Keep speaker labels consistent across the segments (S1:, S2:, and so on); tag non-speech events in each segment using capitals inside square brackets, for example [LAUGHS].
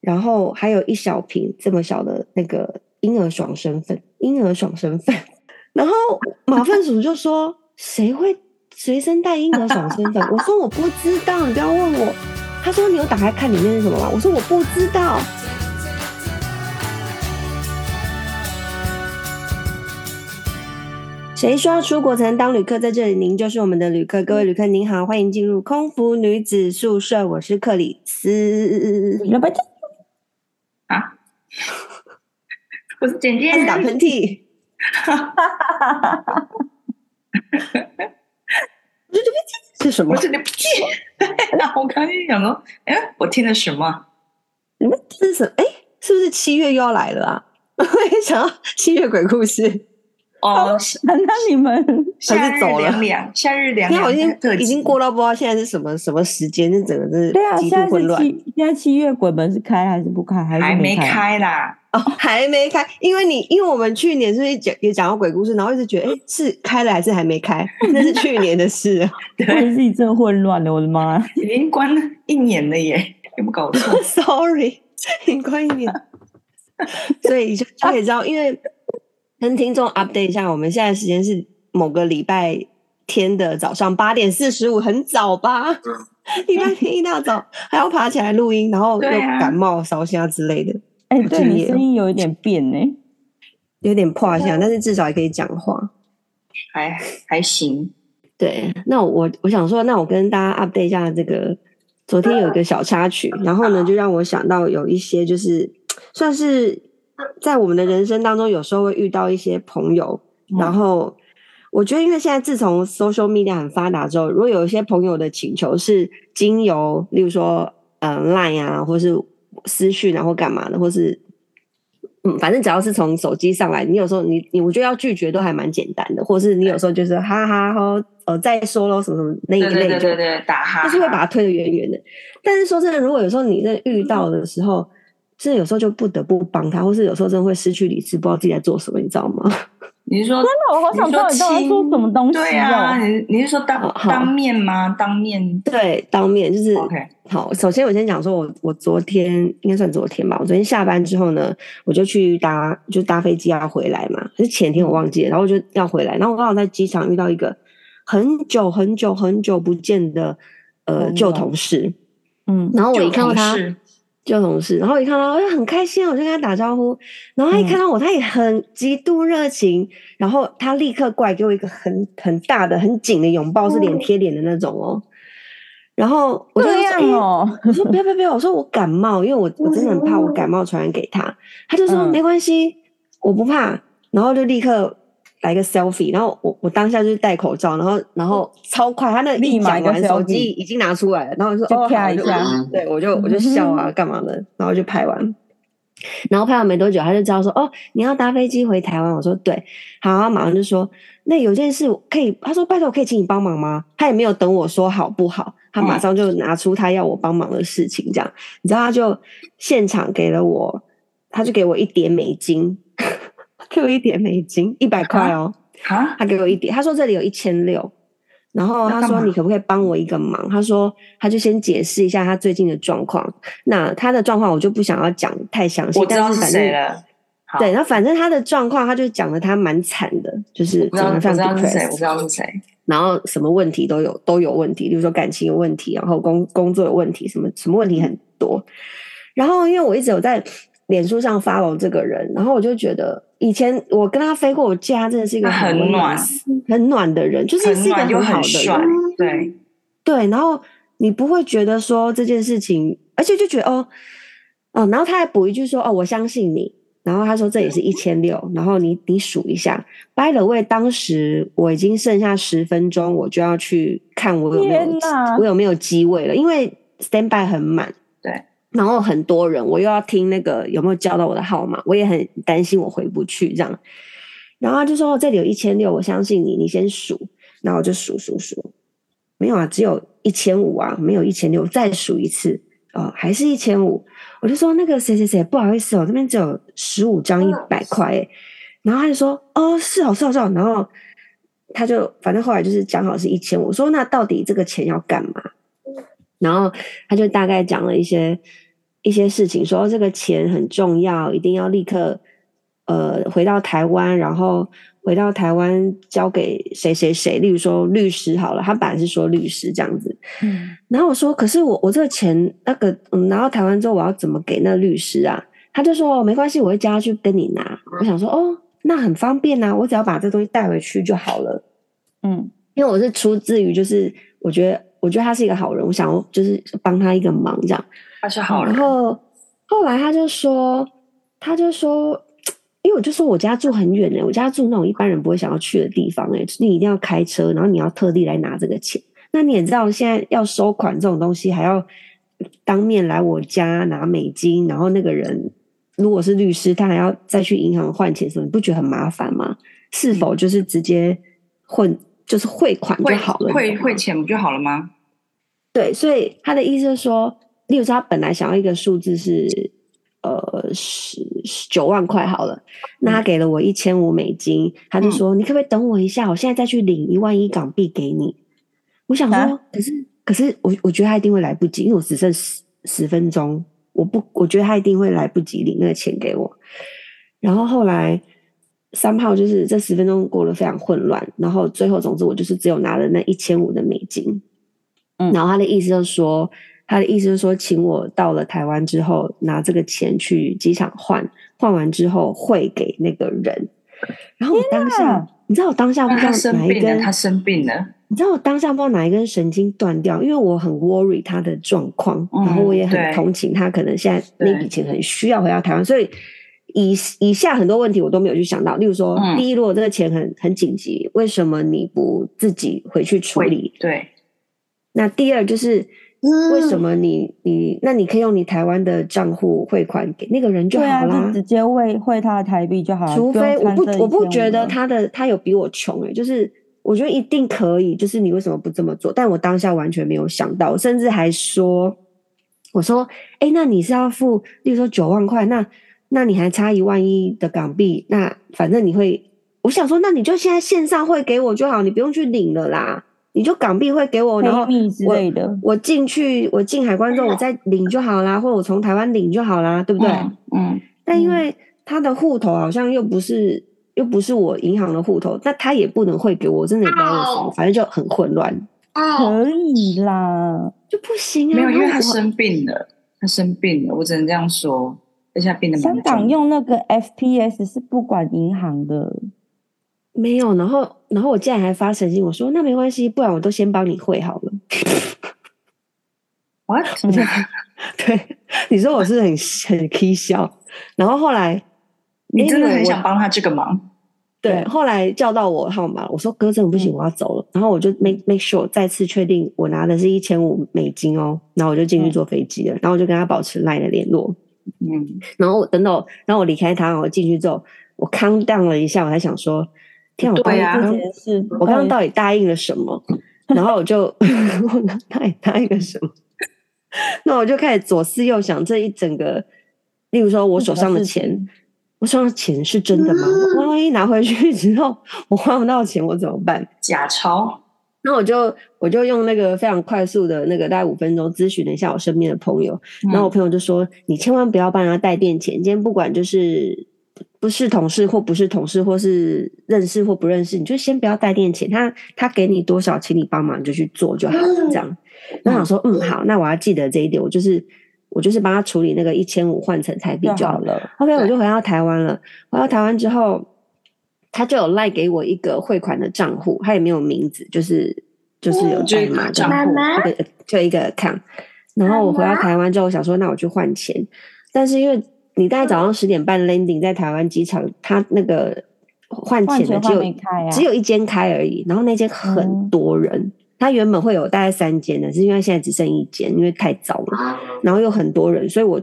S1: 然后还有一小瓶这么小的那个婴儿爽身粉，婴儿爽身粉。然后马粪鼠就说：“谁会随身带婴儿爽身粉？”我说：“我不知道，你不要问我。”他说：“你有打开看里面是什么吗？”我说：“我不知道。”谁说出国才能当旅客？在这里，您就是我们的旅客。各位旅客，您好，欢迎进入空服女子宿舍。我是克里斯。
S2: 啊，我是简
S1: 开
S2: 简
S1: 始打喷嚏。哎是什
S2: 我？是你屁。 [LAUGHS] 我刚才想说，哎，我听了什么？
S1: 你们这是什么？哎，是不是七月又要来了啊？ [LAUGHS] 我也想要七月鬼故事，
S2: 哦，
S3: 那你们
S2: 夏
S1: 还
S2: 日
S1: 是走了
S2: 凉凉，夏日凉
S1: 因为我
S2: 凉
S1: 已
S2: 特
S1: 经
S2: 辑
S1: 已经过到不知道现在是什么什么时间，这整个是
S3: [LAUGHS] 对啊，
S1: [LAUGHS] 极
S3: 现
S1: 度
S3: 在
S1: 混
S3: 是
S1: 乱
S3: 七，现在七月鬼门是开还是不开？还
S2: 还
S3: 是
S2: 没
S3: 开？啊
S2: 开啦。
S1: 哦，还没开。因为你因为我们去年是不是讲也讲到鬼故事，然后一直觉得哎是开了还是还没开， [LAUGHS] 那是去年的事了，
S3: 我也是一阵混乱的，我的妈！
S1: [LAUGHS]
S2: 已经关了一年了耶，有没有搞错？
S1: Sorry，你快一
S2: [LAUGHS]
S1: 点。所以就就可以知道，因为跟听众 update 一下，我们现在时间是某个礼拜天的早上八点四十五，很早吧？
S2: 嗯
S1: 礼拜天一大早还要爬起来录音，然后又
S2: 对啊
S1: 感冒、烧虾之类的，
S3: 哎，
S1: 我
S3: 对
S1: 敬
S3: 你
S1: 业
S3: 声音有一点变
S1: [LAUGHS]
S3: 呢。
S1: 有点破
S2: 啊
S1: 下，但是至少也可以讲话。
S2: 还还行，
S1: 对，那我我想说，那我跟大家 update 一下这个，昨天有一个小插曲，然后呢，
S2: 啊
S1: 就让我想到有一些就是算是在我们的人生当中，有时候会遇到一些朋友，
S3: 嗯
S1: 然后我觉得，因为现在自从 social media 很发达之后，如果有一些朋友的请求是经由，例如说嗯、呃 Line 啊，或是私讯啊，或干嘛的，或是嗯，反正只要是从手机上来，你有时候你你我觉得要拒绝都还蛮简单的，或是你有时候就是哈哈哈，呃再说咯，什么什么那一
S2: 对
S1: 类
S2: 对对
S1: 的，
S2: 对对，打哈哈，
S1: 就是会把它推得远远的。但是说真的，如果有时候你真的遇到的时候，真的有时候就不得不帮他，或是有时候真的会失去理智，不知道自己在做什么，你知道吗？ [LAUGHS]
S2: 你是说，
S3: 那我好想知道
S2: 你
S3: 你到底
S2: 亲
S3: 说什么东西
S2: 对
S3: 哦
S2: 啊，。你你是说当
S1: 哦好
S2: 当面吗？当面
S1: 对，当面就是
S2: ，OK，
S1: 好，首先我先讲说我，我昨天应该算昨天吧，我昨天下班之后呢，我就去搭就搭飞机要回来嘛，是前天我忘记了，然后我就要回来，然后我刚好在机场遇到一个很久很久很久不见的呃
S3: 朋友
S1: 旧同事，
S3: 嗯，
S1: 然后我
S2: 就
S1: 一看到
S2: 同
S1: 他
S2: 事
S1: 旧同事，然后一看到我就很开心啊，我就跟他打招呼，然后
S3: 嗯
S1: 他一看到我，他也很极度热情，然后他立刻过来给我一个很很大的很紧的拥抱，是脸贴脸的那种哦，然后我就
S3: 这
S1: 说
S3: 样
S1: 哎
S3: 哦，
S1: 我说不要不要不要，我说我感冒，因为我我真的很怕我感冒传染给他。他就说、
S3: 嗯
S1: 没关系，我不怕，然后就立刻来个 selfie，然后我我当下就是戴口罩，然后然后超快，他那
S3: 立马
S1: 讲
S3: 一个
S1: 完
S3: selfie
S1: 手机已经拿出来了，然后我就说
S3: 就
S1: 哦
S3: 啪
S1: 好我就
S3: 一下嗯
S1: 对我就我就笑啊干嘛的，然后就拍完。然后拍完没多久，他就知道说：“哦，你要搭飞机回台湾。”我说：“对。”好，他马上就说：“那有件事可以。”他说：“拜托，可以请你帮忙吗？”他也没有等我说好不好，他
S2: 嗯
S1: 马上就拿出他要我帮忙的事情，这样你知道，他就现场给了我，他就给我一叠美金， [LAUGHS] 给我一叠美金，一百块哦，
S2: 啊，
S1: 他给我一叠，他说这里有一千六，然后
S2: 那
S1: 他
S2: 干
S1: 说
S2: 嘛
S1: 你可不可以帮我一个忙？他说他就先解释一下他最近的状况，那他的状况我就不想要讲太详细
S2: 我，知
S1: 但
S2: 道
S1: 是
S2: 是
S1: 反
S2: 谁
S1: 正。
S2: 了，好
S1: 对，然后反正他的状况，他就讲的他蛮惨的，就是
S2: 我知道
S1: 整
S2: 我
S1: 个像
S2: 知道是谁，
S1: depressed，
S2: 我知道是谁，
S1: 然后什么问题都有都有问题，比如说感情有问题，然后工工作有问题，什么什么问题很多。然后因为我一直有在脸书上 follow 这个人，然后我就觉得以前我跟他飞过，我记得他真的是一个
S2: 他很
S1: 温
S2: 暖，
S1: 很暖的人，就是
S2: 很
S1: 是一个
S2: 暖又
S1: 好
S2: 很
S1: 的
S2: 帅
S1: 人。，
S2: 对，
S1: 对，然后你不会觉得说这件事情，而且就觉得哦，哦，然后他还补一句说哦，我相信你。然后他说这也是一千六，然后你你数一下。By the way，当时我已经剩下十分钟，我就要去看我有没有
S3: 天哪
S1: 我有没有机位了，因为 stand by 很满。
S2: 对。
S1: 然后很多人，我又要听那个有没有叫到我的号码，我也很担心我回不去这样。然后他就说、哦这里有一千六，我相信你，你先数。然后我就数数数，没有啊，只有一千五啊，没有一千六，再数一次，哦，还是一千五。我就说那个谁谁谁，不好意思哦，这边只有十五张一百块欸，然后他就说哦，是哦，是哦，是哦，然后他就反正后来就是讲好是一千五，我说那到底这个钱要干嘛？然后他就大概讲了一些一些事情，说哦这个钱很重要，一定要立刻呃回到台湾，然后回到台湾交给谁谁谁，例如说律师好了，他本来是说律师这样子，
S3: 嗯
S1: 然后我说，可是我我这个钱那个嗯拿到台湾之后，我要怎么给那律师啊？他就说哦没关系，我会叫他去跟你拿。我想说哦，那很方便啊，我只要把这东西带回去就好了。
S3: 嗯
S1: 因为我是出自于就是我觉得我觉得他是一个好人，我想要就是帮他一个忙这样。
S2: 他是好
S1: 然
S2: 人，
S1: 后后来他就说，他就说，因为我就说我家住很远欸呢、我家住那种一般人不会想要去的地方哎、你一定要开车，然后你要特地来拿这个钱。那你也知道，现在要收款这种东西，还要当面来我家拿美金，然后那个人如果是律师，他还要再去银行换钱什么，你不觉得很麻烦吗？是否就是直接混，就是汇款就
S2: 汇
S1: 好了？
S2: 汇汇钱不就好了吗？
S1: 对，所以他的意思是说，例如说他本来想要一个数字是呃十九万块好了，那他给了我一千五美金，他就说、你可不可以等我一下，我现在再去领一万一港币给你？我想说，
S3: 啊
S1: 可是可是我我觉得他一定会来不及，因为我只剩十十分钟，我不我觉得他一定会来不及领那个钱给我。然后后来三号就是这十分钟过得非常混乱，然后最后总之我就是只有拿了那一千五的美金。
S3: 嗯
S1: 然后他的意思就是说，他的意思就是说，请我到了台湾之后拿这个钱去机场换，换完之后汇给那个人。然后我当下
S3: 哪，
S1: 你知道我当下不知道
S2: 那他 [LAUGHS] 生
S1: 哪一
S2: 病
S1: 根
S2: 了，他生病了，
S1: 你知道我当下不知道哪一根神经断掉，因为我很 worry 他的状况，
S2: 嗯
S1: 然后我也很
S2: 对
S1: 同情他，可能现在
S2: 对
S1: 那笔钱很需要回到台湾，所以以以下很多问题我都没有去想到，例如说，
S2: 嗯
S1: 第一，如果这个钱很很紧急，为什么你不自己回去处
S2: 会
S1: 理？
S2: 对，
S1: 那第二就是。为什么你你那你可以用你台湾的账户汇款给那个人就好
S3: 对啊，
S1: 啦，
S3: 就直接汇汇他的台币就好了，
S1: 除
S3: 不用
S1: 非我
S3: 掺
S1: 不
S3: 这
S1: 我不
S3: 1500
S1: 觉得他的他有比我穷诶、就是我觉得一定可以，就是你为什么不这么做？但我当下完全没有想到，我甚至还说，我说，哎、那你是要付，例如说九万块，那那你还差一万一的港币，那反正你会，我想说，那你就现在线上汇给我就好，你不用去领了啦，你就港币汇给我，然后
S3: 黑密之
S1: 我
S3: 类的，
S1: 我进去，我进海
S2: 哎
S1: 关之后我再领就好啦，或者我从台湾领就好啦，对不对？
S2: 嗯嗯，
S1: 但因
S3: 嗯
S1: 为他的户头好像又不是又不是我银行的户头，那他也不能汇给我，我真的也不知道为什么，反正就很混乱，
S3: 可以啦。
S1: 就不行啊。
S2: 没有，因为
S1: 然
S2: 他
S1: 后我
S2: 生病了，他生病了，我只能这样说，而且他病得蛮
S3: 香港
S2: 重
S3: 用那个 FPS 是不管银行的，
S1: 没有，然后然后我竟然还发神经，我说那没关系，不然我都先帮你汇好了。 [LAUGHS]
S2: ，what？
S1: 嗯对，你说我是不是很很 k 笑，然后后来
S2: [LAUGHS] 你真的很
S1: anyway，
S2: 想
S1: 我
S2: 帮他这个忙，
S1: 对，
S3: 对
S1: 后来叫到我号码，我说哥，真的不行，
S3: 嗯
S1: 我要走了。然后我就 make make sure 再次确定我拿的是一千五美金哦，然后我就进去
S3: 嗯
S1: 坐飞机了，然后我就跟他保持 line 的联络。
S2: 嗯，
S1: 然哎后我等到，然后我离开他，我进去之后，我 calm down 了一下，我才想说，天啊，我
S2: 对啊
S1: 呀、
S3: 这
S1: 刚
S3: 件事
S1: 我刚刚到底答应了什么？然后我就 [LAUGHS] 我到底答应了什么？那我就开始左思右想，这一整个，例如说我手上的钱，，我手上的钱是真的吗？我万一拿回去之后我还不到钱，我怎么办？
S2: 假钞，
S1: 那我就我就用那个非常快速的那个大概五分钟咨询了一下我身边的朋友，
S2: 嗯
S1: 然后我朋友就说：“你千万不要帮他带垫钱，今天不管就是不是同事或不是同事，或是认识或不认识，你就先不要带垫钱。他他给你多少，请你帮忙你就去做就好了。
S2: 嗯
S1: 这样，那我想说，嗯，好，那我要记得这一点，我就是我就是帮他处理那个一千五换成台币
S3: 就
S1: 就好
S3: 好
S1: 了。
S3: 了。
S1: OK，
S2: 对
S1: 我就回到台湾了。回到台湾之后，他就有赖给我一个汇款的账户，他也没有名字，就是就是有
S2: 哦就
S1: 代
S2: 一个
S1: 码这
S2: 账
S1: 样
S2: 户，
S1: 一个就一个 account。然
S3: 啊
S1: 后我回到台湾之后，我想说那我去换钱，但是因为你大概早上十点半 landing 在台湾机场，他那个换
S3: 换
S1: 钱的只
S3: 钱换嗯
S1: 有
S3: 没开啊，
S1: 只有一间开而已，然后那间很多人。他原本会有大概三间的，是因为现在只剩一间，因为太早了，然后又很多人，所以我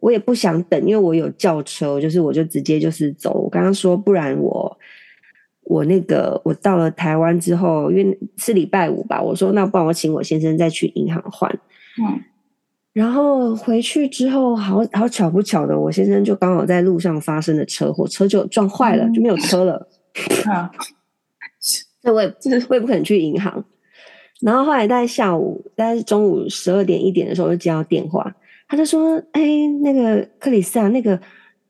S1: 我也不想等，因为我有轿车，就是我就直接就是走。我刚刚说，不然我我那个我到了台湾之后，因为是礼拜五吧，我说那不然我请我先生再去银行换，
S2: 嗯，
S1: 然后回去之后，好好巧不巧的，我先生就刚好在路上发生了车祸，车就撞坏了，就没有车了。
S2: 啊
S1: 所以我也
S2: 这是
S1: 我也不肯去银行。然后后来大概下午，大概是中午十二点一点的时候就接到电话，他就说：“哎、那个克里斯啊，那个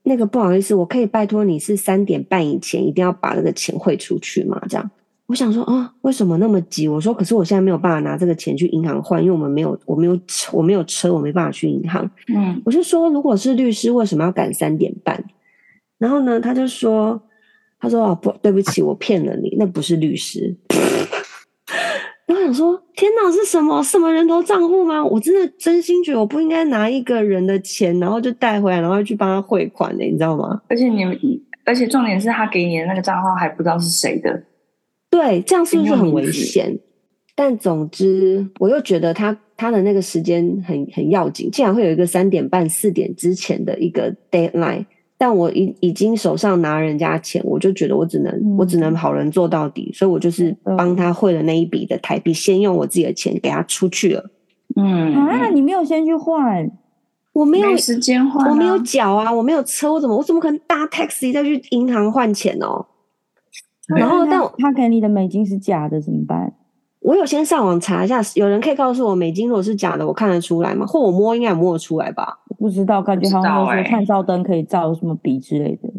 S1: 那个不好意思，我可以拜托你是三点半以前一定要把那个钱汇出去嘛？”这样，我想说啊、为什么那么急？我说，可是我现在没有办法拿这个钱去银行换，因为我们没有，我没有，我没有车，我没办法去银行。
S2: 嗯，
S1: 我就说，如果是律师，为什么要赶三点半？然后呢，他就说，他说啊，不对不起，我骗了你，那不是律师。 [LAUGHS] 然后我想说，天哪，是什么什么人头账户吗？我真的真心觉得我不应该拿一个人的钱，然后就带回来，然后去帮他汇款欸的、你知道吗？
S2: 而且你们，而且重点是他给你的那个账号还不知道是谁的，
S1: 对，这样是不
S2: 没
S1: 是
S2: 有
S1: 很
S2: 名
S1: 危
S2: 字
S1: 险？但总之，我又觉得他他的那个时间很很要紧，竟然会有一个三点半、四点之前的一个 deadline。但我已已经手上拿人家钱，我就觉得我只能、我只能
S3: 嗯
S1: 好人做到底，所以我就是
S3: 嗯
S1: 帮他汇了那一笔的台币，先用我自己的钱给他出去了。
S2: 嗯，
S3: 啊，
S2: 嗯
S3: 你没有先去换，
S1: 我没有，
S2: 没时间换、啊，
S1: 我没有缴啊，我没有车，我怎么我怎么可能搭 taxi 再去银行换钱哦？
S2: 对
S1: 然后
S3: 啊那
S1: 但
S3: 他
S1: 我
S3: 他给你的美金是假的，怎么办？
S1: 我有先上网查一下，有人可以告诉我美金如果是假的，我看得出来吗？或我摸应该也摸得出来吧？
S3: 我不知道，感觉
S2: 不知
S3: 好像
S2: 道
S3: 会
S2: 欸
S3: 说探照灯可以照什么笔之类的。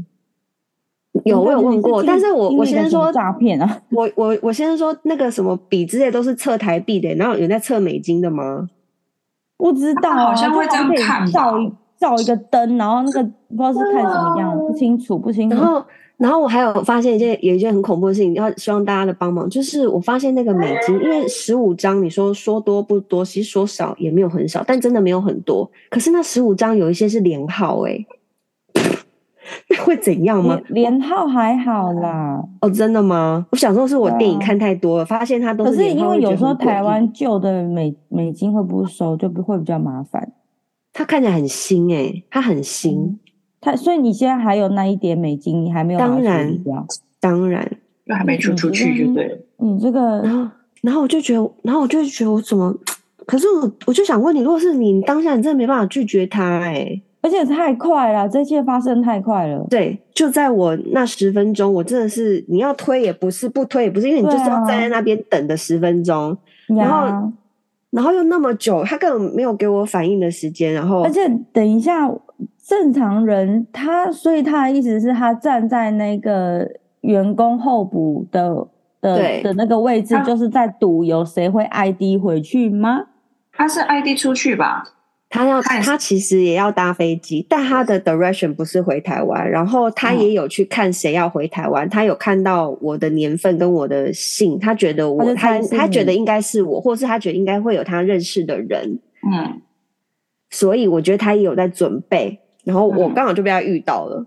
S1: 有我有问过，
S3: 那
S1: 但
S3: 你
S1: 是我
S3: 经
S1: 我
S3: 经历
S1: 先生
S3: 了什么
S1: 说，
S3: 诈骗啊，
S1: [LAUGHS] 我我我先生说那个什么笔之类都是测台币的，然后有在测美金的吗？
S3: 不知道啊、
S2: 好像会
S3: 就好
S2: 这样
S3: 可以
S2: 看吧
S3: 照一照一个灯，然后
S1: [LAUGHS]
S3: 那个不知道是看什么样，不清楚，不清楚
S1: 然。后然后我还有发现一件有一件很恐怖的事情，要希望大家的帮忙，就是我发现那个美金，因为十五张你说说多不多，其实说少也没有很少，但真的没有很多。可是那十五张有一些是连号哎、 [LAUGHS] 那会怎样吗
S3: 连？连号还好啦，
S1: 哦，真的吗？我想说是我
S3: 对啊
S1: 电影看太多了，发现它嗯都
S3: 可是
S1: 连
S3: 因
S1: 号
S3: 为
S1: 会觉
S3: 有
S1: 得
S3: 时候
S1: 很诡
S3: 台
S1: 异
S3: 湾旧的美美金会不收，就不会比较麻烦。
S1: 它看起来很新诶、它很新，
S3: 嗯它所以你现在还有那一点美金，你还没有把它
S1: 当然
S3: 处理掉，
S1: 当然，
S2: 就还没
S1: 嗯
S2: 出出去就对了。
S3: 你这
S1: 然
S3: 个
S1: 后然后我就觉得，然后我就觉得我怎么，可是我我就想问你，如果是你，你当下你真的没办法拒绝他诶、
S3: 而且太快了，这切发生太快了。
S1: 对，就在我那十分钟，我真的是你要推也不是，不推也不是，因为你就是
S3: 啊
S1: 要站在那边等的十分钟，然
S3: 呀
S1: 后，然后又那么久，他根本没有给我反应的时间，然后
S3: 而且等一下，正常人他，所以他的意思是，他站在那个员工候补的
S1: 对
S3: 的的那个位置
S2: 他，
S3: 就是在赌有谁会 ID 回去吗？
S2: 他是 ID 出去吧？
S1: 他要
S2: 他也是
S1: 他其实也要搭飞机，但他的 direction 不是回台湾，然后他
S2: 嗯
S1: 也有去看谁要回台湾，他有看到我的年份跟我的姓，他觉得我他
S3: 他就猜是
S1: 他觉得
S3: 你
S1: 应该是我，或是他觉得应该会有他认识的人，
S2: 嗯，
S1: 所以我觉得他也有在准备，然后我
S2: 嗯
S1: 刚好就被他遇到了，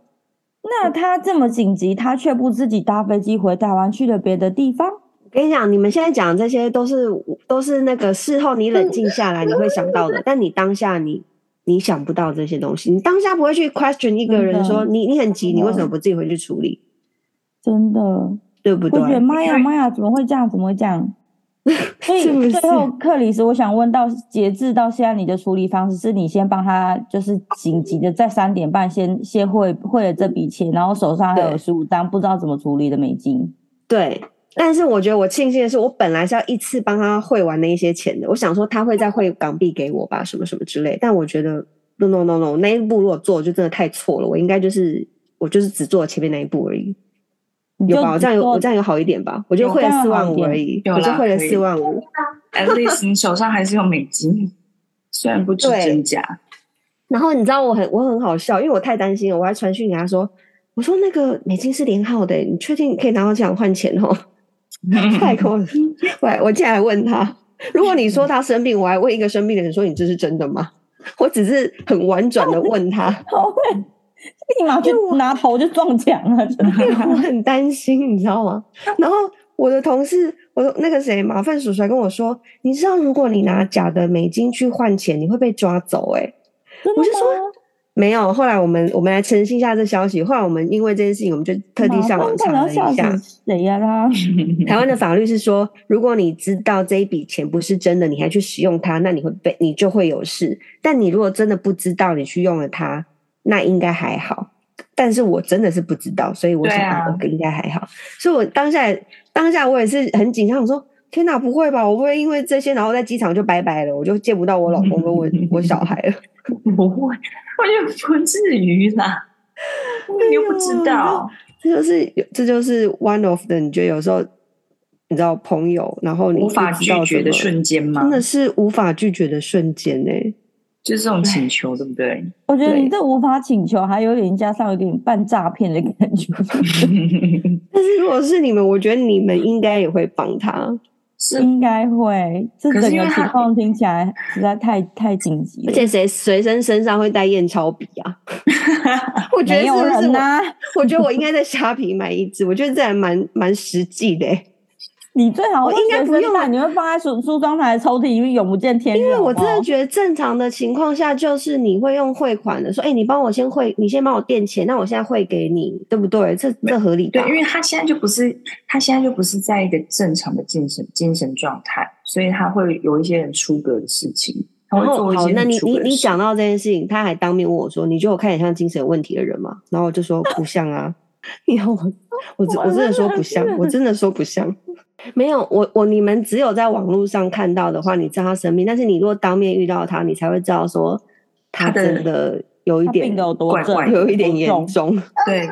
S3: 那他这么紧急，他却不自己搭飞机回台湾，去了别的地方，
S1: 我跟你讲，你们现在讲的这些都是都是那个事后你冷静下来你会想到的，但你当下你你想不到这些东西，你当下不会去 question 一个
S3: 真
S1: 人
S3: 的嗯
S1: 说你你很急，
S3: 真
S1: 你为
S3: 的
S1: 什么不自己回去处理，
S3: 真的，
S1: 对不
S3: 我
S1: 对？
S3: 觉得妈
S2: 因
S3: 呀
S1: [LAUGHS]
S2: 为
S3: 妈呀，怎么会这样？怎么会这样？所
S1: 是不
S3: 以
S1: 是 [LAUGHS]
S3: 最后克里斯，我想问到，截至到现在，你的处理方式是你先帮他，就是紧急的在三点半先先汇汇了这笔钱，然后手上还
S1: 对
S3: 有十五张不知道怎么处理的美金。
S1: 对。但是我觉得我庆幸的是，我本来是要一次帮他汇完那一些钱的，我想说他会再汇港币给我吧，什么什么之类。但我觉得 no no no no，那一步如果做，就真的太错了。我应该就是我就是只做前面那一步而已，
S3: 你
S1: 有
S3: 就
S1: 吧？我
S3: 只
S1: 这样有
S3: 做
S1: 我这样有好一点吧？我就
S3: 有
S1: 汇
S3: 这
S1: 了
S3: 样
S1: 四万
S3: 好一
S1: 五
S3: 点
S1: 而已，
S2: 有
S1: 我就
S2: 啦
S1: 汇了
S2: 可以
S1: 四万五。
S2: at least 你手上还是有美金，虽然不知
S1: 对
S2: 真假。
S1: 然后你知道我很我很好笑，因为我太担心了，我还传讯给他说，我说那个美金是连号的，欸你确定可以拿到这样换钱哦？他还跟我，我还我竟然还问他，如果你说他生病，我还问一个生病的人说你这是真的吗？我只是很婉转的问他，
S3: 好会，立马就拿头就撞墙了，真的。
S1: 因为我很担心，你知道吗？然后我的同事，我的那个谁马粪叔叔还跟我说，你知道如果你拿假的美金去换钱，你会被抓走、欸，
S3: 真的
S1: 我是说
S3: 吗
S1: 没有，后来我们我们来澄清一下这消息。后来我们因为这件事情，我们就特地上网
S3: 马上
S1: 查
S3: 到
S1: 了
S3: 底要
S1: 一
S3: 吓
S1: 下。
S3: 死谁呀、他？ [LAUGHS]
S1: 台湾的法律是说，如果你知道这一笔钱不是真的，你还去使用它，那你会被你就会有事。但你如果真的不知道，你去用了它，那应该还好。但是我真的是不知道，所以我想、
S2: 对啊
S1: 啊、我应该还好。所以我当下当下我也是很紧张，我说天哪，不会吧？我不会因为这些，然后在机场就拜拜了，我就见不到我老公跟我我小孩了。 [LAUGHS]
S2: [LAUGHS] 不会，我觉得不至于啦，
S1: 哎
S2: 你又不知道，
S1: 这就是这就是 one of 的，你觉得有时候你知道朋友，然后你
S2: 无法
S1: 不知
S2: 拒
S1: 道
S2: 绝
S1: 怎
S2: 的
S1: 么
S2: 瞬间吗
S1: 真？的是无法拒绝的瞬间欸呢、
S2: 就是这种请求，对不对？ [LAUGHS]
S3: 我觉得
S1: 对
S3: 你这无法请求，还有点加上有点半诈骗的感觉。
S1: 但是如果是你们，我觉得你们应该也会帮他，嗯
S2: 是
S3: 应该会，这
S2: 可
S3: 整
S2: 是
S3: 个
S2: 因为
S3: 情
S2: 他
S3: 况听起来实在太太紧急了，
S1: 而且谁随身身上会带验钞笔 [LAUGHS] 啊？我觉得
S3: 没
S1: 是
S3: 有
S1: 不是
S3: 人
S1: 我？
S3: 呐、
S1: 我觉得我应该在虾皮买一支，我觉得这还蛮蛮实际的欸、
S3: 你最好
S1: 我应该不用啊
S3: 带，你会放在梳梳妆台的抽屉里面，永不见天日。
S1: 因为我
S3: 好不
S1: 真
S3: 好
S1: 的觉得正常的情况下，就是你会用汇款的，说，哎、你帮我先汇，你先帮我垫钱，那我现在汇给你，对不对？这这合理
S2: 对
S1: 吧？，
S2: 因为他现在就不是，他现在就不是在一个正常的精神精神状态，所以他会有一些很出格的事情，他
S1: 然
S2: 会
S1: 后
S2: 做一
S1: 哦好，
S2: 些
S1: 那
S2: 很
S1: 你
S2: 出
S1: 你
S2: 格的
S1: 你
S2: 事。
S1: 讲到这件事情，他还当面问我说：“你觉得我看起来像精神有问题的人吗？”然后我就
S2: [LAUGHS]
S1: 说：“不像啊。”然后我我真
S3: 我
S1: 我真的说
S3: 真的
S1: 不像
S3: 真，的
S1: 我真的说不
S2: [LAUGHS]
S1: 像。没有，我我你们只有在网络上看到的话，你知道他生病，但是你如果当面遇到他，你才会知道说他
S2: 他的
S1: 真的 [LAUGHS] 有一
S3: 他
S1: 点
S3: 病得有多
S2: 怪
S3: 重，
S2: 怪的
S1: 有一点
S3: 多
S1: 严
S3: 重
S1: 重。
S2: 对，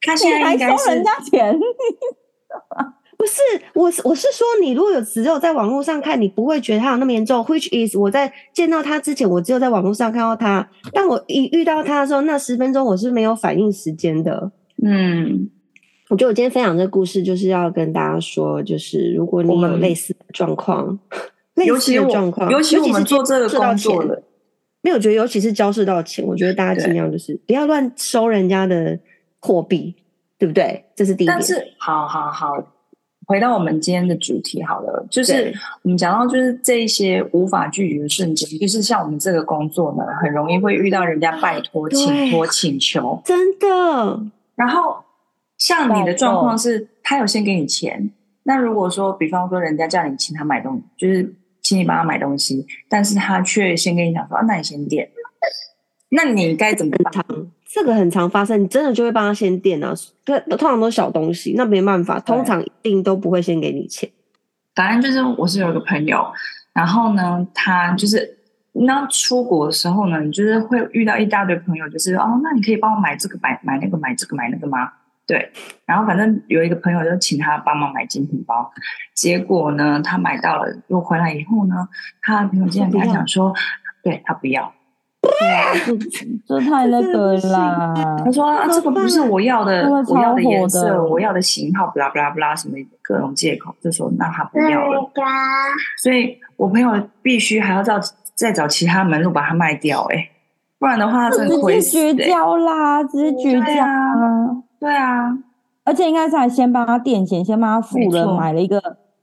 S2: 他
S3: 你
S2: 现在
S3: 还
S2: 应该
S3: 收
S2: 是
S3: 人家钱，
S1: 不是，我是我是说，你如果有只有在网络上看，你不会觉得他有那么严重。Which is 我在见到他之前，我只有在网络上看到他，但我一遇到他的时候，那十分钟我是没有反应时间的。
S2: 嗯，
S1: 我觉得我今天分享这个故事，就是要跟大家说，就是如果你
S2: 我
S1: 有
S2: 们
S1: 类似的状
S2: [LAUGHS]
S1: 况，类
S2: 尤
S1: 似
S2: 其
S1: 的
S2: 我
S1: 状况，
S2: 尤其我们
S1: 是
S2: 做这
S1: 交
S2: 个
S1: 涉到
S2: 工作
S1: 钱
S2: 了，
S1: 没有我觉得，尤其是交涉到钱，我觉得大家
S2: 对
S1: 尽量就是不要乱收人家的货币，对不对？这是第一点。
S2: 但是好好好，回到我们今天的主题好了，就是
S1: 对
S2: 我们讲到就是这一些无法拒绝的瞬间，就是像我们这个工作呢，很容易会遇到人家拜托、
S1: 对
S2: 请托、请求，
S1: 真的，
S2: 然后像你
S3: 代
S2: 的状
S3: 购
S2: 况是，他有先给你钱，那如果说比方说人家叫你请他买东西，就是请你帮他买东西，但是他却先跟你讲说，啊、那你先点，那你该怎么办？
S1: 这个很常发生，你真的就会帮他先垫啊。对，通常都小东西，那没办法，通常一定都不会先给你钱。
S2: 反正就是我是有一个朋友，然后呢，他就是那出国的时候呢，你就是会遇到一大堆朋友，就是哦，那你可以帮我买这个买买那个买这个买那个吗？对，然后反正有一个朋友就请他帮忙买精品包，结果呢，他买到了，又回来以后呢，他的朋友竟然跟他讲说，对他不要，
S3: [LAUGHS] 这太那
S1: 啊真的
S3: 个
S1: 不行
S3: 啦。
S2: 他说、啊、
S1: 那
S2: 这
S1: 怎
S2: 个
S1: 么
S2: 不是
S1: 办
S2: 我要的
S3: 那个，
S2: 我要
S3: 超火
S2: 颜色，
S3: 的
S2: 我要的型号，不啦不啦不啦，什么各种借口，就说那他不要了。所以我朋友必须还要找再找其他门路把它卖掉、欸，不然的话他真的会
S3: 直
S2: 死、
S3: 接绝
S2: 欸。
S3: 交啦，直接绝
S2: 对
S3: 交
S2: 啊对啊，
S3: 而且应该是还先帮他垫钱，先帮他付
S2: 没
S3: 了，
S2: 错
S3: 买了一个，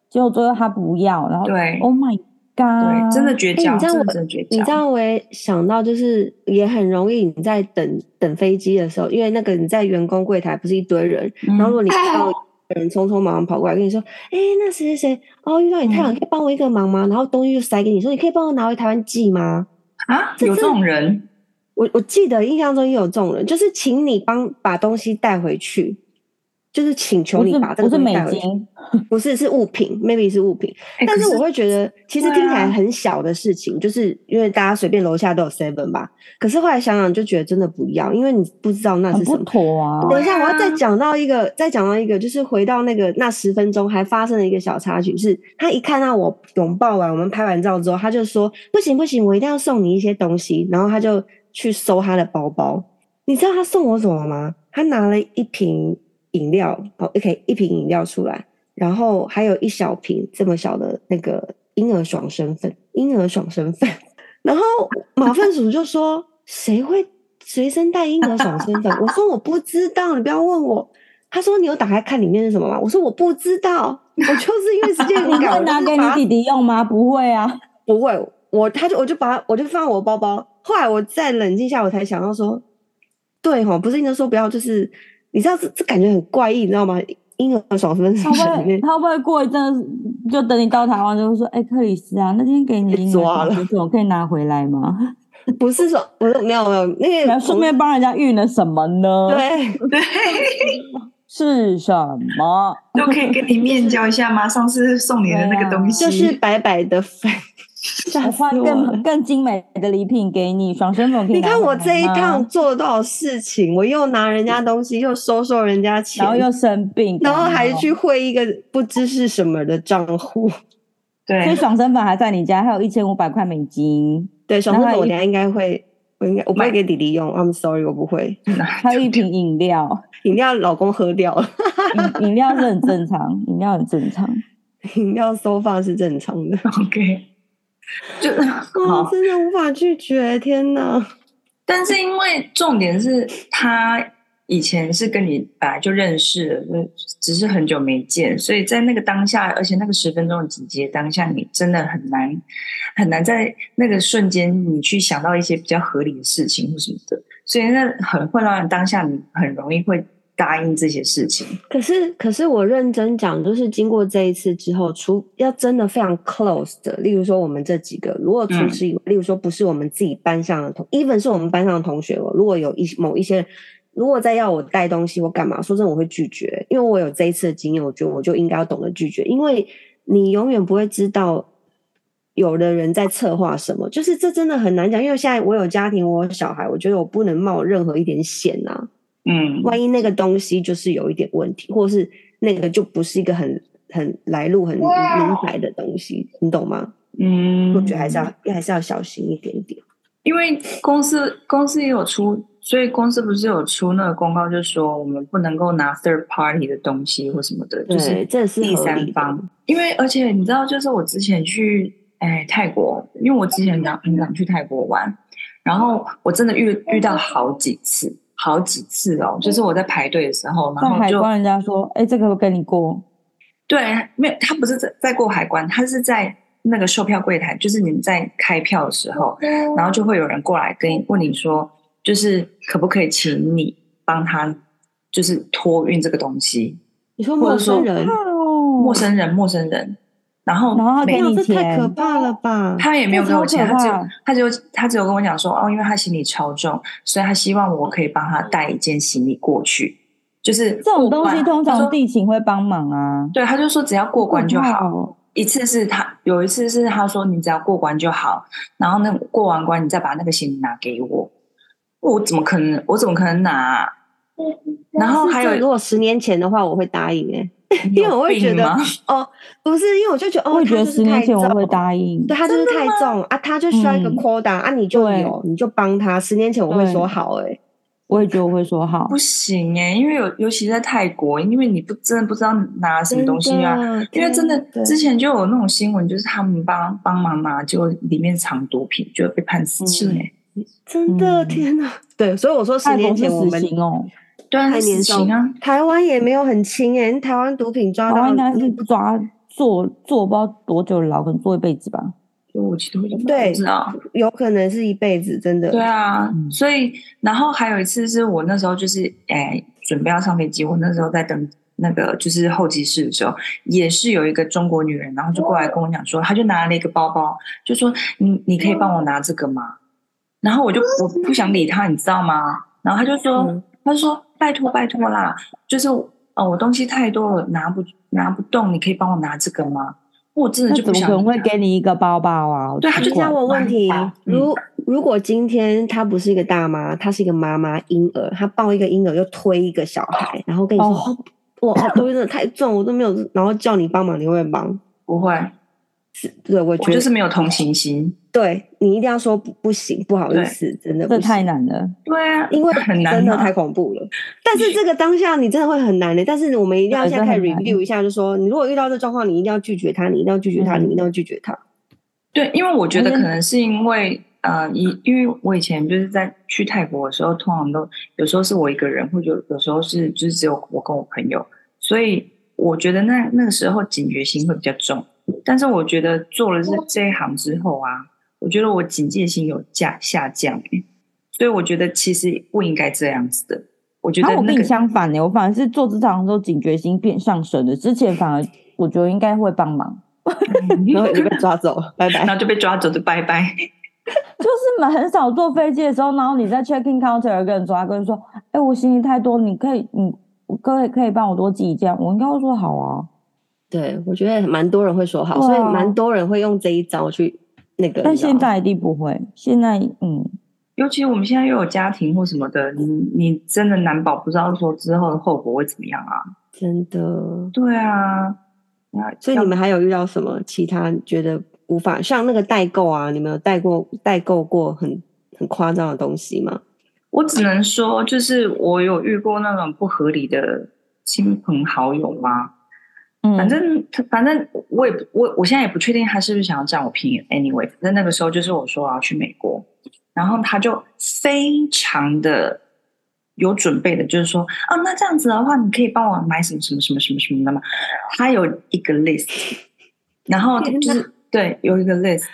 S3: 结果最后他不要，然后
S2: 对
S3: o h my
S2: 对，
S3: God，
S2: 真的绝
S1: 哦哎
S2: 交，
S1: 你这样
S2: 真
S1: 我
S2: 的真的绝
S1: 你
S2: 交
S1: 知。道，我也想到，就是也很容易你在等等飞机的时候，因为那个你在员工柜台不是一堆人，
S2: 嗯
S1: 然后如果你看到有人匆匆忙忙跑过来跟你说，哎、那谁谁谁，哦，遇到你太阳，
S2: 嗯
S1: 可以帮我一个忙吗？然后东西就塞给你说，你可以帮我拿回台湾寄吗？
S2: 啊，
S1: 这
S2: 有
S1: 这
S2: 这种人，
S1: 我我记得印象中也有这种人，就是请你帮把东西带回去，就是请求
S3: 不
S1: 你
S3: 是
S1: 把这
S3: 不
S1: 个
S3: 是
S1: 东西
S3: 美
S1: 带回去，
S3: 金，
S1: 不是是物品，maybe 是物品。
S2: 哎
S1: 但
S2: 可
S1: 是
S2: 是
S1: 我会觉得，其实
S2: 对
S1: 听起来
S2: 啊
S1: 很小的事情，就是因为大家随便楼下都有 seven 吧。可是后来想想，就觉得真的不要，因为你不知道那
S2: 哦
S3: 很
S1: 是什
S3: 不
S1: 么。
S3: 妥啊。
S1: 等一下，
S2: 对
S1: 我
S2: 啊
S1: 要再讲到一个，再讲到一个，就是回到那个那十分钟还发生了一个小插曲，是他一看到我拥抱完，我们拍完照之后，他就说不行不行，我一定要送你一些东西，然后他就去搜他的包包。你知道他送我什么吗？他拿了一瓶饮料，哦，OK，一瓶饮料出来，然后还有一小瓶这么小的那个婴儿爽身粉，婴儿爽身粉。然后马粪鼠就说：“谁会随身带婴儿爽身粉？” [LAUGHS] 我说：“我不知道，你不要问我。”他说：“你有打开看里面是什么吗？”我说：“我不知道，我就是因为时间
S3: [LAUGHS] 你
S1: 很赶，
S3: 会
S1: 我
S3: 拿
S1: 就是
S3: 给你
S1: 把它
S3: 弟弟用吗？不
S1: [LAUGHS]
S3: 会啊，
S1: 不会，我他就我就把我就放我包包。后来我再冷静一下，我才想到说，对哈，不是应该说不要，就是你知道这这感觉很怪异，你知道吗？婴儿爽身
S3: 他会
S1: 粉里面
S3: [LAUGHS] 不会他会不会过一阵子就等你到台湾就会说，哎，克里斯啊，那天给你
S1: 被
S3: 的婴
S1: 抓
S3: 儿
S1: 了
S3: 小我可以拿回
S1: [LAUGHS]
S3: 来吗？
S1: 不是说我说没有没有那
S3: 然
S1: 个
S3: 后顺便帮人家运了什么呢？
S1: 对
S2: 对，
S3: 是什么？
S2: 就可以跟你面交一下吗？上次送你的那个东西，
S1: 啊就是白白的粉，吓
S3: 我
S1: 死
S3: 换
S1: 我了
S3: 更！更精美的礼品给你，爽身粉可以
S1: 你
S3: 拿
S1: 看
S3: 回
S1: 我
S3: 来
S1: 这一
S3: 吗嗯
S1: 趟，做了多少事情，我又拿人家东西，又收受人家钱，
S3: 然后又哦生病，
S1: 然后
S3: 感冒
S1: 还，去汇一个不知是什么的账户。
S3: 所以
S2: 对，
S3: 爽身粉还在你家，还有一千五百块美金，
S1: 对，小红
S3: 然
S1: 本
S3: 后还
S1: 我
S3: 一
S1: 等一下应该会，我应该我不会
S2: 买
S1: 给弟弟用，I'm sorry，我不会。
S3: 还有一瓶
S1: [LAUGHS]
S3: 饮料，
S1: 饮料老公喝掉了， [LAUGHS]
S3: 饮饮料是很正常，饮料很正常。
S1: 饮料收放是正常
S3: [LAUGHS]
S1: 的。 [LAUGHS]
S2: OK，就
S1: 哦
S2: [LAUGHS] 好，。
S1: 真的无法拒绝，天哪！
S2: 但是因为重点是他以前是跟你本来就认识了，就只是很久没见，所以在那个当下，而且那个十分钟的紧急的当下，你真的很难很难在那个瞬间你去想到一些比较合理的事情或什么的，所以那很混乱的当下，你很容易会答应这些事情。
S1: 可是，可是我认真讲，就是经过这一次之后，除要真的非常 close 的，例如说我们这几个，如果除
S2: 嗯
S1: 此以外，例如说不是我们自己班上的同，even 是我们班上的同学哦，如果有一某一些人，如果再要我带东西或干嘛，说真的我会拒绝，因为我有这一次的经验，我觉得我就应该要懂得拒绝，因为你永远不会知道有的人在策划什么，就是这真的很难讲，因为现在我有家庭，我有小孩，我觉得我不能冒任何一点险啊。
S2: 嗯，
S1: 万一那个东西就是有一点问题，或是那个就不是一个很很来路很明明白的东西，你懂吗？
S2: 嗯，
S1: 我觉得还是要还是要小心一点点。
S2: 因为公司公司也有出，所以公司不是有出那个公告，就说我们不能够拿 third party 的东西或什么的，就是
S1: 对，这是
S2: 第
S1: 合
S2: 三
S1: 理的。
S2: 方。因为而且你知道，就是我之前去哎泰国，因为我之前很想很想去泰国玩，然后我真的遇遇到好几次，好几次哦，就是我在排队的时候，然
S3: 到
S2: 后
S3: 海
S2: 就
S3: 关人家说，哎，这个我跟你过，
S2: 对，没有，他不是在在过海关，他是在那个售票柜台，就是你们在开票的时候，
S3: 哦
S2: 然后就会有人过来跟你问你说，就是可不可以请你帮他，就是托运这个东西，
S1: 你说
S2: 或
S1: 陌
S2: 者说
S1: 生人，
S3: 陌
S2: 陌，生人，陌生人，然后
S3: 然后他
S2: 没
S3: 给
S1: 哇
S3: 你
S1: 这太
S3: 钱
S1: 可怕了吧！
S2: 他也没有
S3: 哦这
S2: 给我
S3: 超
S2: 钱，
S3: 可
S2: 他只有
S3: 怕
S2: 他只有他只有跟我讲说，哦，因为他行李超重，所以他希望我可以帮他带一件行李过去，就是
S3: 这种
S2: 过
S3: 东西
S2: 关
S3: 通
S2: 他
S3: 常
S2: 说
S3: 地勤会帮忙啊，
S2: 对，他就说只要过关就
S3: 可怕
S2: 好。
S3: 哦。
S2: 一次是他有一次是他说你只要过关就好，然后那过完关你再把那个行李拿给我，我怎么可能我怎么可能拿啊、然后
S1: 嗯是
S2: 还
S1: 这如
S2: 有
S1: 果十年前的话，我会答应哎、
S2: 你
S1: 因为
S2: 有
S1: 我会
S2: 病
S1: 觉得
S2: 吗 [LAUGHS]
S1: 哦，不是，因为我就觉得哦，
S3: 我也
S1: 他
S3: 觉得
S1: 就是
S3: 十年
S1: 太
S3: 前我
S1: 重
S3: 会答应，
S1: 对他就是太重啊，他就需要一个
S3: 嗯
S1: quota、啊，你就
S3: 对
S1: 有，你就帮他。十年前我会
S3: 对
S1: 说好哎、
S3: 我也觉得我会说好
S2: 不。行哎、因为有尤其在泰国，因为你不真的不知道拿什么东西啊。
S1: 的
S2: 因为真的
S1: 对
S2: 之前就有那种新闻，就是他们帮帮忙拿，结果里面藏毒品，就被判死刑
S1: 嗯
S2: 哎、
S1: 真的，
S3: 嗯
S1: 天哪！对，所以我说十
S3: 泰
S1: 年
S3: 国是
S1: 前我
S3: 死
S1: 们
S3: 刑哦，
S2: 对啊，
S1: 太
S2: 死
S1: 年少
S2: 刑啊，
S1: 台湾也没有很轻诶，台湾毒品抓
S3: 台
S1: 到嗯
S3: 湾应该是抓坐坐不知道多久的牢，可能坐一辈子吧。
S2: 就我记得我
S1: 对
S2: 不知道。
S1: 有可能是一辈子，真的。
S2: 对啊，
S3: 嗯
S2: 所以然后还有一次是我那时候就是哎、准备要上飞机，我那时候在等那个就是候机室的时候，也是有一个中国女人，然后就过来跟我讲说，她就拿了一个包包，就说你你可以帮我拿这个吗？然后我就我不想理她，你知道吗？然后她就说，
S1: 嗯
S2: 她就说拜托拜托啦，就是呃我东西太多了，拿不拿不动，你可以帮我拿这个吗？我真的
S3: 那
S2: 就
S3: 怎
S2: 不
S3: 么
S2: 想
S3: 可能会
S2: 理她
S3: 给你一个包包啊？好
S2: 对他就
S3: 奇
S1: 就
S3: 怪
S1: 像我问题
S2: 嗯，
S1: 如如果今天她不是一个大妈，她是一个妈妈婴儿，她抱一个婴儿又推一个小孩，然后跟你说：“
S3: 哦
S1: 哦，我好多真的太重，我都没有。”然后叫你帮忙，你会帮？
S2: 不会，
S1: 是对，我
S2: 我
S1: 觉
S2: 就
S1: 得
S2: 是没有同情心。
S1: 对你一定要说不不行，不好意思，真的不
S3: 这
S1: 行
S3: 太难了。
S2: 对啊，
S1: [LAUGHS] 因为
S2: 很难
S1: 真的
S2: 拿
S1: 太恐怖了。但是这呃个当下你真的会很难的、欸但是我们一定要
S3: 对
S1: 现在开始
S3: 真的很难
S1: review 一下，就说你如果遇到这状况，你一定要拒绝他，你一定要拒绝他，
S3: 嗯
S1: 你一定要拒绝他。
S2: 对，因为我觉
S3: 我
S2: 得
S3: 觉
S2: 可
S3: 得
S2: 能是因为呃，以因为我以前就是在去泰国的时候，通常都有时候是我一个人，或者有有时候是就是只有我跟我朋友，所以我觉得那那个时候警觉心会比较重。但是我觉得做了这
S3: 哦
S2: 这一行之后啊，我觉得我警戒心有下下降、欸，所以我觉得其实不应该这样子的。我觉
S3: 然
S2: 得
S3: 啊后我
S2: 那
S3: 跟你
S2: 个 [LAUGHS]
S3: 相反呢、我反而是做职场的时候警觉心变上升的，之前反而我觉得应该会帮忙，
S1: 然
S2: [LAUGHS]
S1: 后你就被抓走，拜
S2: 然
S1: 拜。
S2: 后就被抓走就拜拜。
S3: 就是蛮很少坐飞机的时候，然后你在 check in counter 有一个人抓过来跟你说，哎、我行李太多，你可以你各位可以帮我多记一下，我应该会说好啊。
S1: [LAUGHS] 对，我觉得蛮多人会说好，
S3: 对啊
S1: 所以蛮多人会用这一招去那个。
S3: 但
S1: 你知道
S3: 现在一定不会，现在嗯，
S2: 尤其我们现在又有家庭或什么的，你你真的难保不知道说之后的后果会怎么样啊？
S1: 真的，
S2: 对啊，那
S1: 所以你们还有遇到什么其他觉得无法像那个代购啊？你们有代购代购过很很夸张的东西吗？
S2: 我只能说，就是我有遇过那种不合理的亲朋好友吗？
S3: 嗯
S2: 反正他，反正我也不我我现在也不确定他是不是想要占我便宜。Anyway，反正那个时候就是我说我要去美国，然后他就非常的有准备的，就是说，哦，那这样子的话，你可以帮我买什么什么什么什么什么的吗？他有一个 list，然后
S1: 天哪
S2: 就是对有一个 list，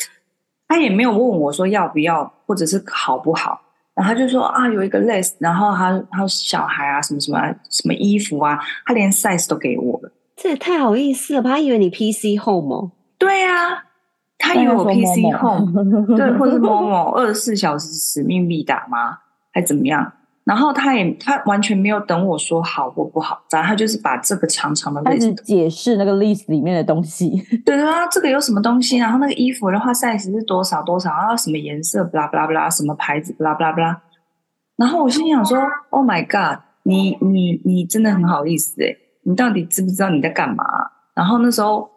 S2: 他也没有问我说要不要，或者是好不好。然后他就说啊，有一个 list，然后他他小孩啊，什么什么啊什么衣服啊，他连 size 都给我了。
S1: 这也太好意思了吧？他以为你 PC home 哦，
S2: 对啊，他以为我 PC
S3: [LAUGHS]
S2: home，对，或者是某某二十四小时使命必达吗？还怎么样？然后他也他完全没有等我说好或不好，然后他就是把这个长长的
S3: 开始
S2: list，
S3: 解释那个 list 里面的东西。
S2: 对对啊，这个有什么东西，然后那个衣服的话 size 是多少多少，然后什么颜色，巴拉巴拉巴拉，什么牌子，巴拉巴拉巴拉。然后我心想说，Oh my god，你你你真的很好意思诶、欸你到底知不知道你在干嘛、然后那时候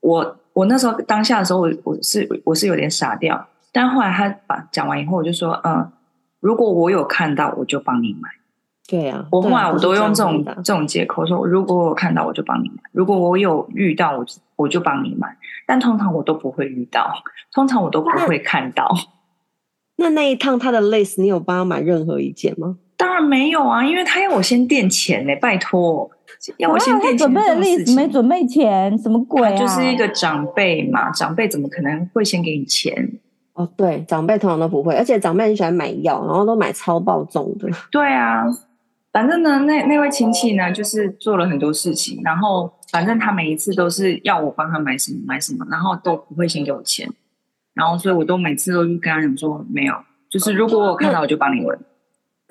S2: 我我那时候当下的时候，我我是我是有点傻掉，但后来他把讲完以后，我就说，嗯，如果我有看到，我就帮你买。
S1: 对啊，
S2: 我
S1: 对
S2: 后
S1: 啊
S2: 来我都用这种
S1: 是样子的
S2: 这种借口说，如果我有看到我就帮你买，如果我有遇到我就我就帮你买，但通常我都不会遇到，通常我都不会看到。
S1: 那那一趟他的 list，你有帮他买任何一件吗？
S2: 当然没有啊，因为他要我先垫钱呢、拜托，要我
S3: 哇
S2: 先
S3: 他
S2: 垫
S3: 啊
S2: 钱
S3: 准备
S2: 这
S3: 的
S2: 种事
S3: list 没
S2: 情。
S3: 准备钱，什么鬼
S2: 他
S3: 啊？
S2: 就是一个长辈嘛，长辈怎么可能会先给你钱？
S1: 哦，对，长辈通常都不会，而且长辈很喜欢买药，然后都买超爆重的。
S2: 对啊，反正呢，那那位亲戚呢，就是做了很多事情，然后反正他每一次都是要我帮他买什么买什么，然后都不会先给我钱，然后所以我都每次都跟他讲说没有，就是如果我有看到我就帮你问，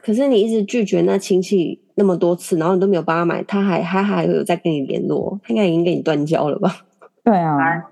S1: 可是你一直拒绝那亲戚那么多次，然后你都没有帮他买，他还他还有在跟你联络，他应该已经跟你断交了吧？ [LAUGHS]
S3: 对
S2: [LAUGHS]
S3: 啊，
S2: 他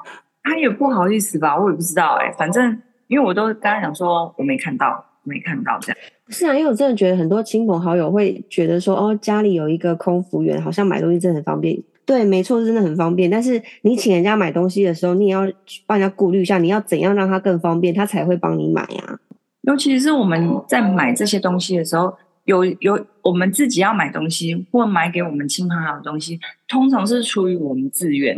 S2: 他也不好意思吧，我也不知道哎、反正因为我都跟他讲说我没看到，没看到这样，
S1: 不是啊，因为我真的觉得很多亲朋好友会觉得说，哦，家里有一个空服员，好像买东西真的很方便。对，没错，真的很方便。但是你请人家买东西的时候，你也要去帮人家顾虑一下，你要怎样让他更方便，他才会帮你买啊。 [LAUGHS]
S2: 尤其是我们在买这些东西的时候，有有我们自己要买东西，或买给我们亲朋好友的东西，通常是出于我们自愿，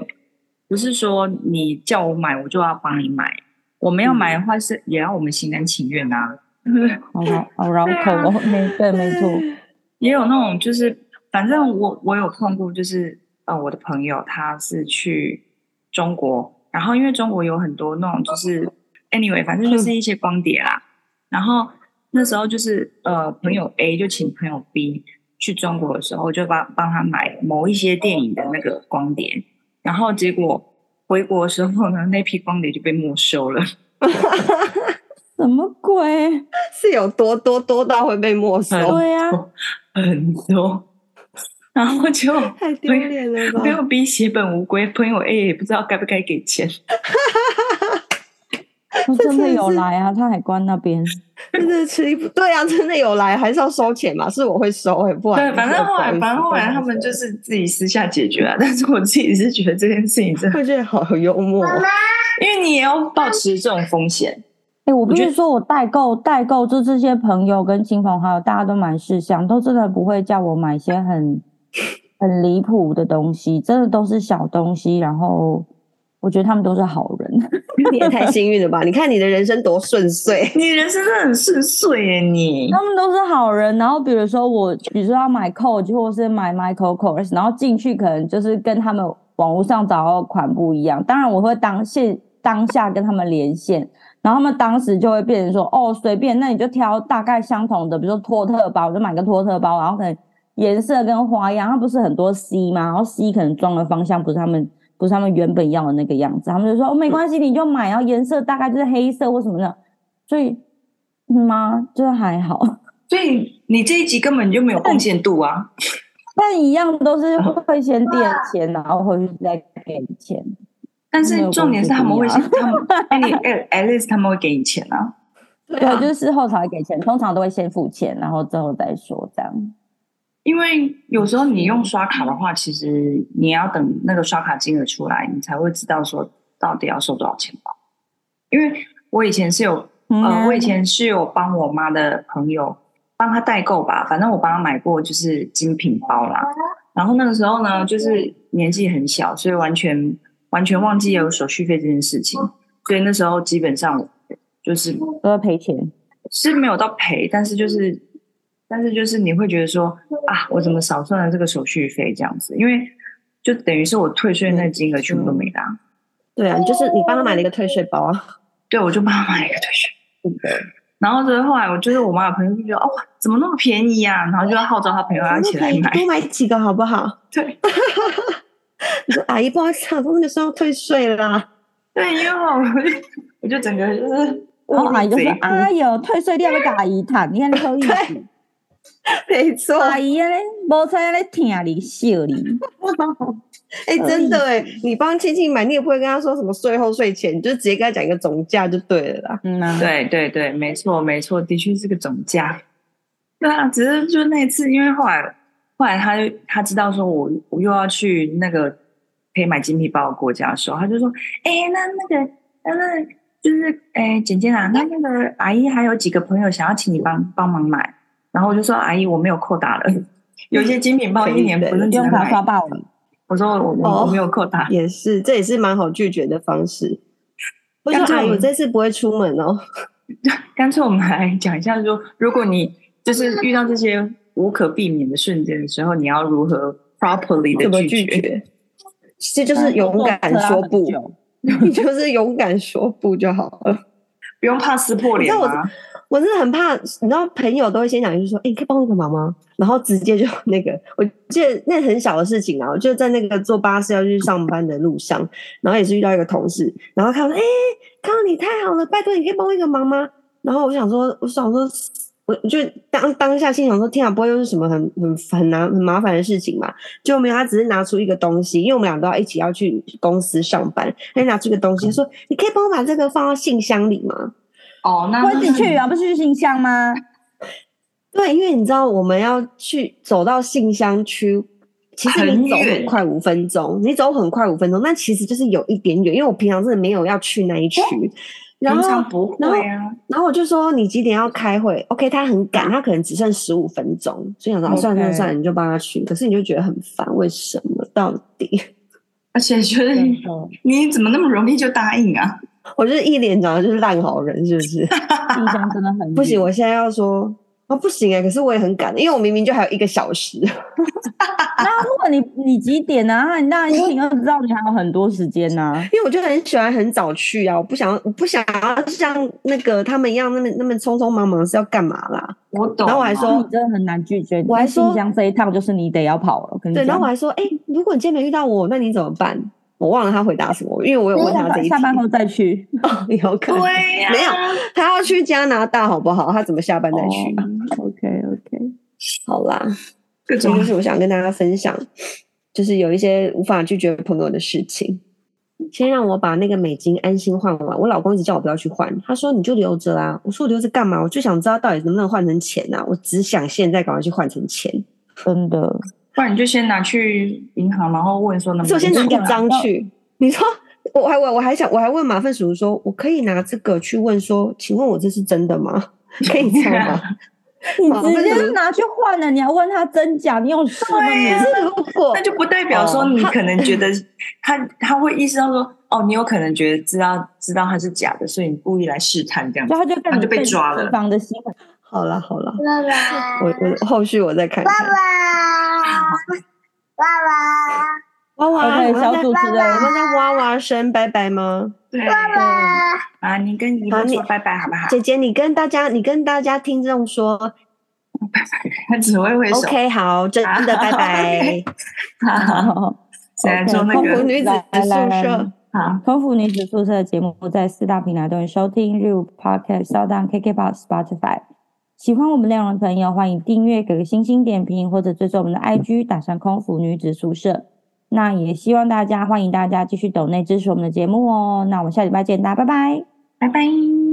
S2: 不是说你叫我买我就要帮你买。我们要买的话是，也要我们心甘情愿啊，对不对？
S3: 好绕好绕口
S2: 对啊
S3: 哦，没 [LAUGHS] 对，没错，
S2: 也有那种就是，反正我我有碰过，就是呃，我的朋友他是去中国，然后因为中国有很多那种就是 anyway，反正就是一些光碟啦。然后那时候就是呃，朋友 A 就请朋友 B 去中国的时候，就帮帮他买某一些电影的那个光碟，然后结果回国的时候呢，那批光碟就被没收了。 [LAUGHS]
S3: 什么鬼？
S1: 是有多多多到会被没收，
S2: 嗯
S3: 对
S2: [LAUGHS]
S3: 啊，
S2: 很多，然后就
S1: 太丢脸
S2: [LAUGHS]
S1: 了吧
S2: 朋？友 B 血本无归，朋友 A 也不知道该不该给钱。
S3: 我真
S1: 真
S3: 的
S1: 的
S3: 有
S1: 是
S3: 来啊，他海关那边，
S1: 真的吃力不对啊，真的有来，还是要收钱嘛？是我会收、欸，不然
S2: 对，反正后来，反正后来他们就是自己私下解决啊。 [LAUGHS] 但是我自己是觉得这件事情真的，
S1: 会觉得好幽默哦。
S2: 因为你也要保持这种风险。
S3: 哎，我必
S2: 觉
S3: 须
S2: 得
S3: 说，我代购代购就这些朋友跟亲朋好友，大家都蛮识相，都真的不会叫我买一些很很离谱的东西，真的都是小东西，然后。我觉得他们都是好人，
S1: 你也太幸运了吧！你看你的人生多顺遂，
S2: 你人生真的很顺遂耶，你
S3: 他们都是好人。然后比如说我，比如说要买 Coach 或是买 Michael Kors，然后进去可能就是跟他们网络上找到的款不一样。当然我会当现当下跟他们连线，然后他们当时就会变成说，哦，随便，那你就挑大概相同的，比如说托特包，我就买个托特包，然后可能颜色跟花样，它不是很多 C 吗？然后 C 可能装的方向不是他们。不是他们原本要的那个样子，他们就说哦没关系，你就买，然后颜色大概就是黑色或什么的，所以嗯吗？就是还好，
S2: 所以你这一集根本就没有贡献度啊！
S3: 但一样都是会先垫钱，然后回去再给钱。
S2: 但是重点是他们会先，他们哎你哎 at least 他们会给你钱啊。
S1: [LAUGHS] 对
S3: 对，
S1: 啊，
S3: 就是事后才会给钱，通常都会先付钱，然后之后再说这样。
S2: 因为有时候你用刷卡的话，其实你要等那个刷卡金额出来，你才会知道说到底要收多少钱吧。因为我以前是有，
S1: 嗯
S2: 呃，
S3: 嗯
S2: 我以前是有帮我妈的朋友帮她代购吧，反正我帮她买过就是精品包啦。然后那个时候呢，就是年纪很小，所以完全完全忘记有手续费这件事情，所以那时候基本上就是
S3: 都要赔钱，
S2: 是没有到赔，但是就是，但是就是你会觉得说啊，我怎么少算了这个手续费这样子？因为就等于是我退税那金额全部都没拿，
S1: 对啊，你就是你帮他买了一个退税包啊，
S2: 对我就帮他买了一个退
S3: [LAUGHS]
S2: 税。
S1: 对不对？
S3: 嗯
S2: 然后就是后来我就是我妈的朋友就觉得哦，怎么那么便宜啊？然后就号召他朋友要一起来
S1: 可以
S2: 买
S1: 多。买几个好不好？
S2: 对
S1: 你说阿姨不好意思啊，我那个时候退税啦，
S2: 对，因为我 [LAUGHS] 就我就整个就是，
S3: 然后阿姨就说
S2: 贼：“哭
S3: 哎呦，退税掉要跟阿姨谈，你看你
S1: [LAUGHS]
S3: 可以。
S1: 没错
S3: 阿姨安尼无才安尼听啊你笑你，
S1: 哎、真的哎、你帮亲戚买，你也不会跟他说什么税后税前，你就直接跟他讲一个总价就对了啦。
S3: 嗯啊，
S2: 对对对，没错没错，的确是个总价。对啊，只是就那一次，因为后来后来他就他知道说我我又要去那个可以买精品包的国家的时候，他就说：“哎、那那个那那就是哎，简简啊，那那个阿姨还有几个朋友想要请你帮帮忙买。”然后我就说：“阿姨，我没有扣打了， [LAUGHS] 有些精品包一年不是只
S3: 用
S2: 能
S3: 卡
S2: 买
S3: 刷。爆你。”
S2: 我说我：“我我
S1: 哦
S2: 没有扣打。
S1: 也是，这也是蛮好拒绝的方式。我说
S2: 干脆
S1: 阿姨，
S2: 我
S1: 我
S2: 们
S1: 这次不会出门哦。
S2: 干脆我们来讲一下说，如果你
S1: 嗯
S2: 就是遇到这些无可避免的瞬间的时候，你要如何 properly
S1: 怎么
S2: 的
S1: 拒
S2: 绝？啊
S1: 绝？其实
S3: 哎
S1: 就是勇敢
S3: 啊
S1: 说不， [LAUGHS] 你就是勇敢说不就好了。
S2: 不用怕撕破
S1: 你
S2: 脸啊
S1: 知道我
S2: 吗？
S1: 我真的很怕，你知道，朋友都会先讲一句说：“哎、你可以帮我个忙吗？”然后直接就 [LAUGHS] 那个，我记得那很小的事情啊，我就在那个坐巴士要去上班的路上，然后也是遇到一个同事，然后他说：“哎、康康你太好了，拜托你可以帮我一个忙吗？”然后我想说，我想说，我就当当下心想说：“天啊，不会又是什么很很很难很麻烦的事情嘛？”就没有，他只是拿出一个东西，因为我们俩都要一起要去公司上班，他就拿出一个东西，他说：“你可以帮我把这个放到信箱里吗？”
S2: 哦，那
S3: 我自己去啊，不是去信箱吗？
S1: 对，因为你知道我们要去走到信箱区，其实
S2: 很
S1: 你走很
S2: 远
S1: 快五分钟，你走很快五分钟，但其实就是有一点远，因为我平常真的没有要去那一区。然
S2: 哦平
S1: 后，
S2: 常不会啊。
S1: 然后我就说你几点要开会？OK，他很赶，他可能只剩十五分钟，所以想说、啊算了算了
S3: OK
S1: 算了，你就帮他去。可是你就觉得很烦，为什么？到底？ [LAUGHS]
S2: 而且就是
S1: 嗯
S2: 你怎么那么容易就答应啊？
S1: 我就是一脸长得就是烂好人，是不是？ [LAUGHS]
S3: 信箱真的很
S1: 不行，我现在要说啊，不行哎、可是我也很赶，因为我明明就还有一个小时。啊
S3: 那如果你你几点呢、啊？你当然一听就知道你还有很多时间啊呐、
S1: 因为我就很喜欢很早去啊，我不想我不想要像那个他们一样那么那么匆匆忙忙是要干嘛啦？
S2: 我懂啊。
S1: 然后我还
S3: 说
S1: 说
S3: 你真的很难拒绝。
S1: 我还
S3: 那信
S1: 说
S3: 箱这一趟就是你得要跑了，我跟你
S1: 对，
S3: 讲。
S1: 然后我还说，哎、如果你今天没遇到我，那你怎么办？我忘了他回答什么，因为我有问
S3: 下
S1: 他这
S3: 班
S1: 一题
S3: 下，
S1: [LAUGHS]
S3: 班啊后再去。
S1: 有可能
S2: 对呀，
S1: 没有他要去加拿大好不好？他怎么下班再去？
S3: 哦 [LAUGHS] OK OK，
S1: 好啦，
S2: 各
S1: 这
S2: 种
S1: 就是我想跟大家分享，就是有一些无法拒绝朋友的事情。先让我把那个美金安心换完，我老公一直叫我不要去换，他说你就留着啊。我说我留着干嘛？我就想知道到底能不能换成钱啊！我只想现在赶快去换成钱，
S3: 真的。
S2: 不然你就先拿去银行，然后问说能不
S1: 所以我
S2: 能
S1: 先拿
S2: 去
S1: 一张去。你说我还我我还想我还问马粪叔叔说，我可以拿这个去问说，请问我这是真的吗？ [LAUGHS] 可以这样吗？
S3: 你
S1: 哦
S3: 直
S1: 那
S3: 接
S1: 个
S3: 就拿去换了，你还问他真假？你有事吗？
S2: 对
S3: 你
S2: 呀
S1: 可是如果
S2: 那就不代表说
S1: 哦
S2: 你
S1: 他
S2: 可能觉得他他会意识到说，哦，你有可能觉得知道知道他是假的，所以你故意来试探这样子
S3: 所以。他啊就
S2: 他
S3: 看你
S2: 就被抓了
S3: 对方的新闻。
S1: 好啦好
S4: [LAUGHS]
S1: 啦，
S4: 爸爸，
S1: 我我后续我再看看。
S4: 爸爸，
S1: 娃娃，
S3: OK，
S1: 我
S3: 小
S1: 要在
S3: 主持
S1: 我
S3: 人 [LAUGHS]
S1: 们在哇哇声拜拜吗？
S2: 对
S4: 爸爸，
S2: 啊，你跟姨
S1: 好
S2: 们
S1: 你
S2: 说拜拜好不好？
S1: 姐姐，你跟大家，你跟大家听众说
S2: 他 [LAUGHS] 只会挥手。
S1: ，OK，好，真的拜拜。
S2: 好谁来做那个
S1: 空服女子
S3: 来来
S1: 宿
S3: 来
S1: 舍，
S2: 好，
S3: 空腹女子宿舍的节目在四大平台都能收听，例如 Podcast、s o u n d K KK Box、Spotify。喜欢我们内容的朋友，欢迎订阅、给个星星点评，或者追踪我们的 IG，打上空服女子宿舍。那也希望大家欢迎大家继续抖内支持我们的节目哦。那我们下礼拜见，大家拜拜。
S2: 拜拜。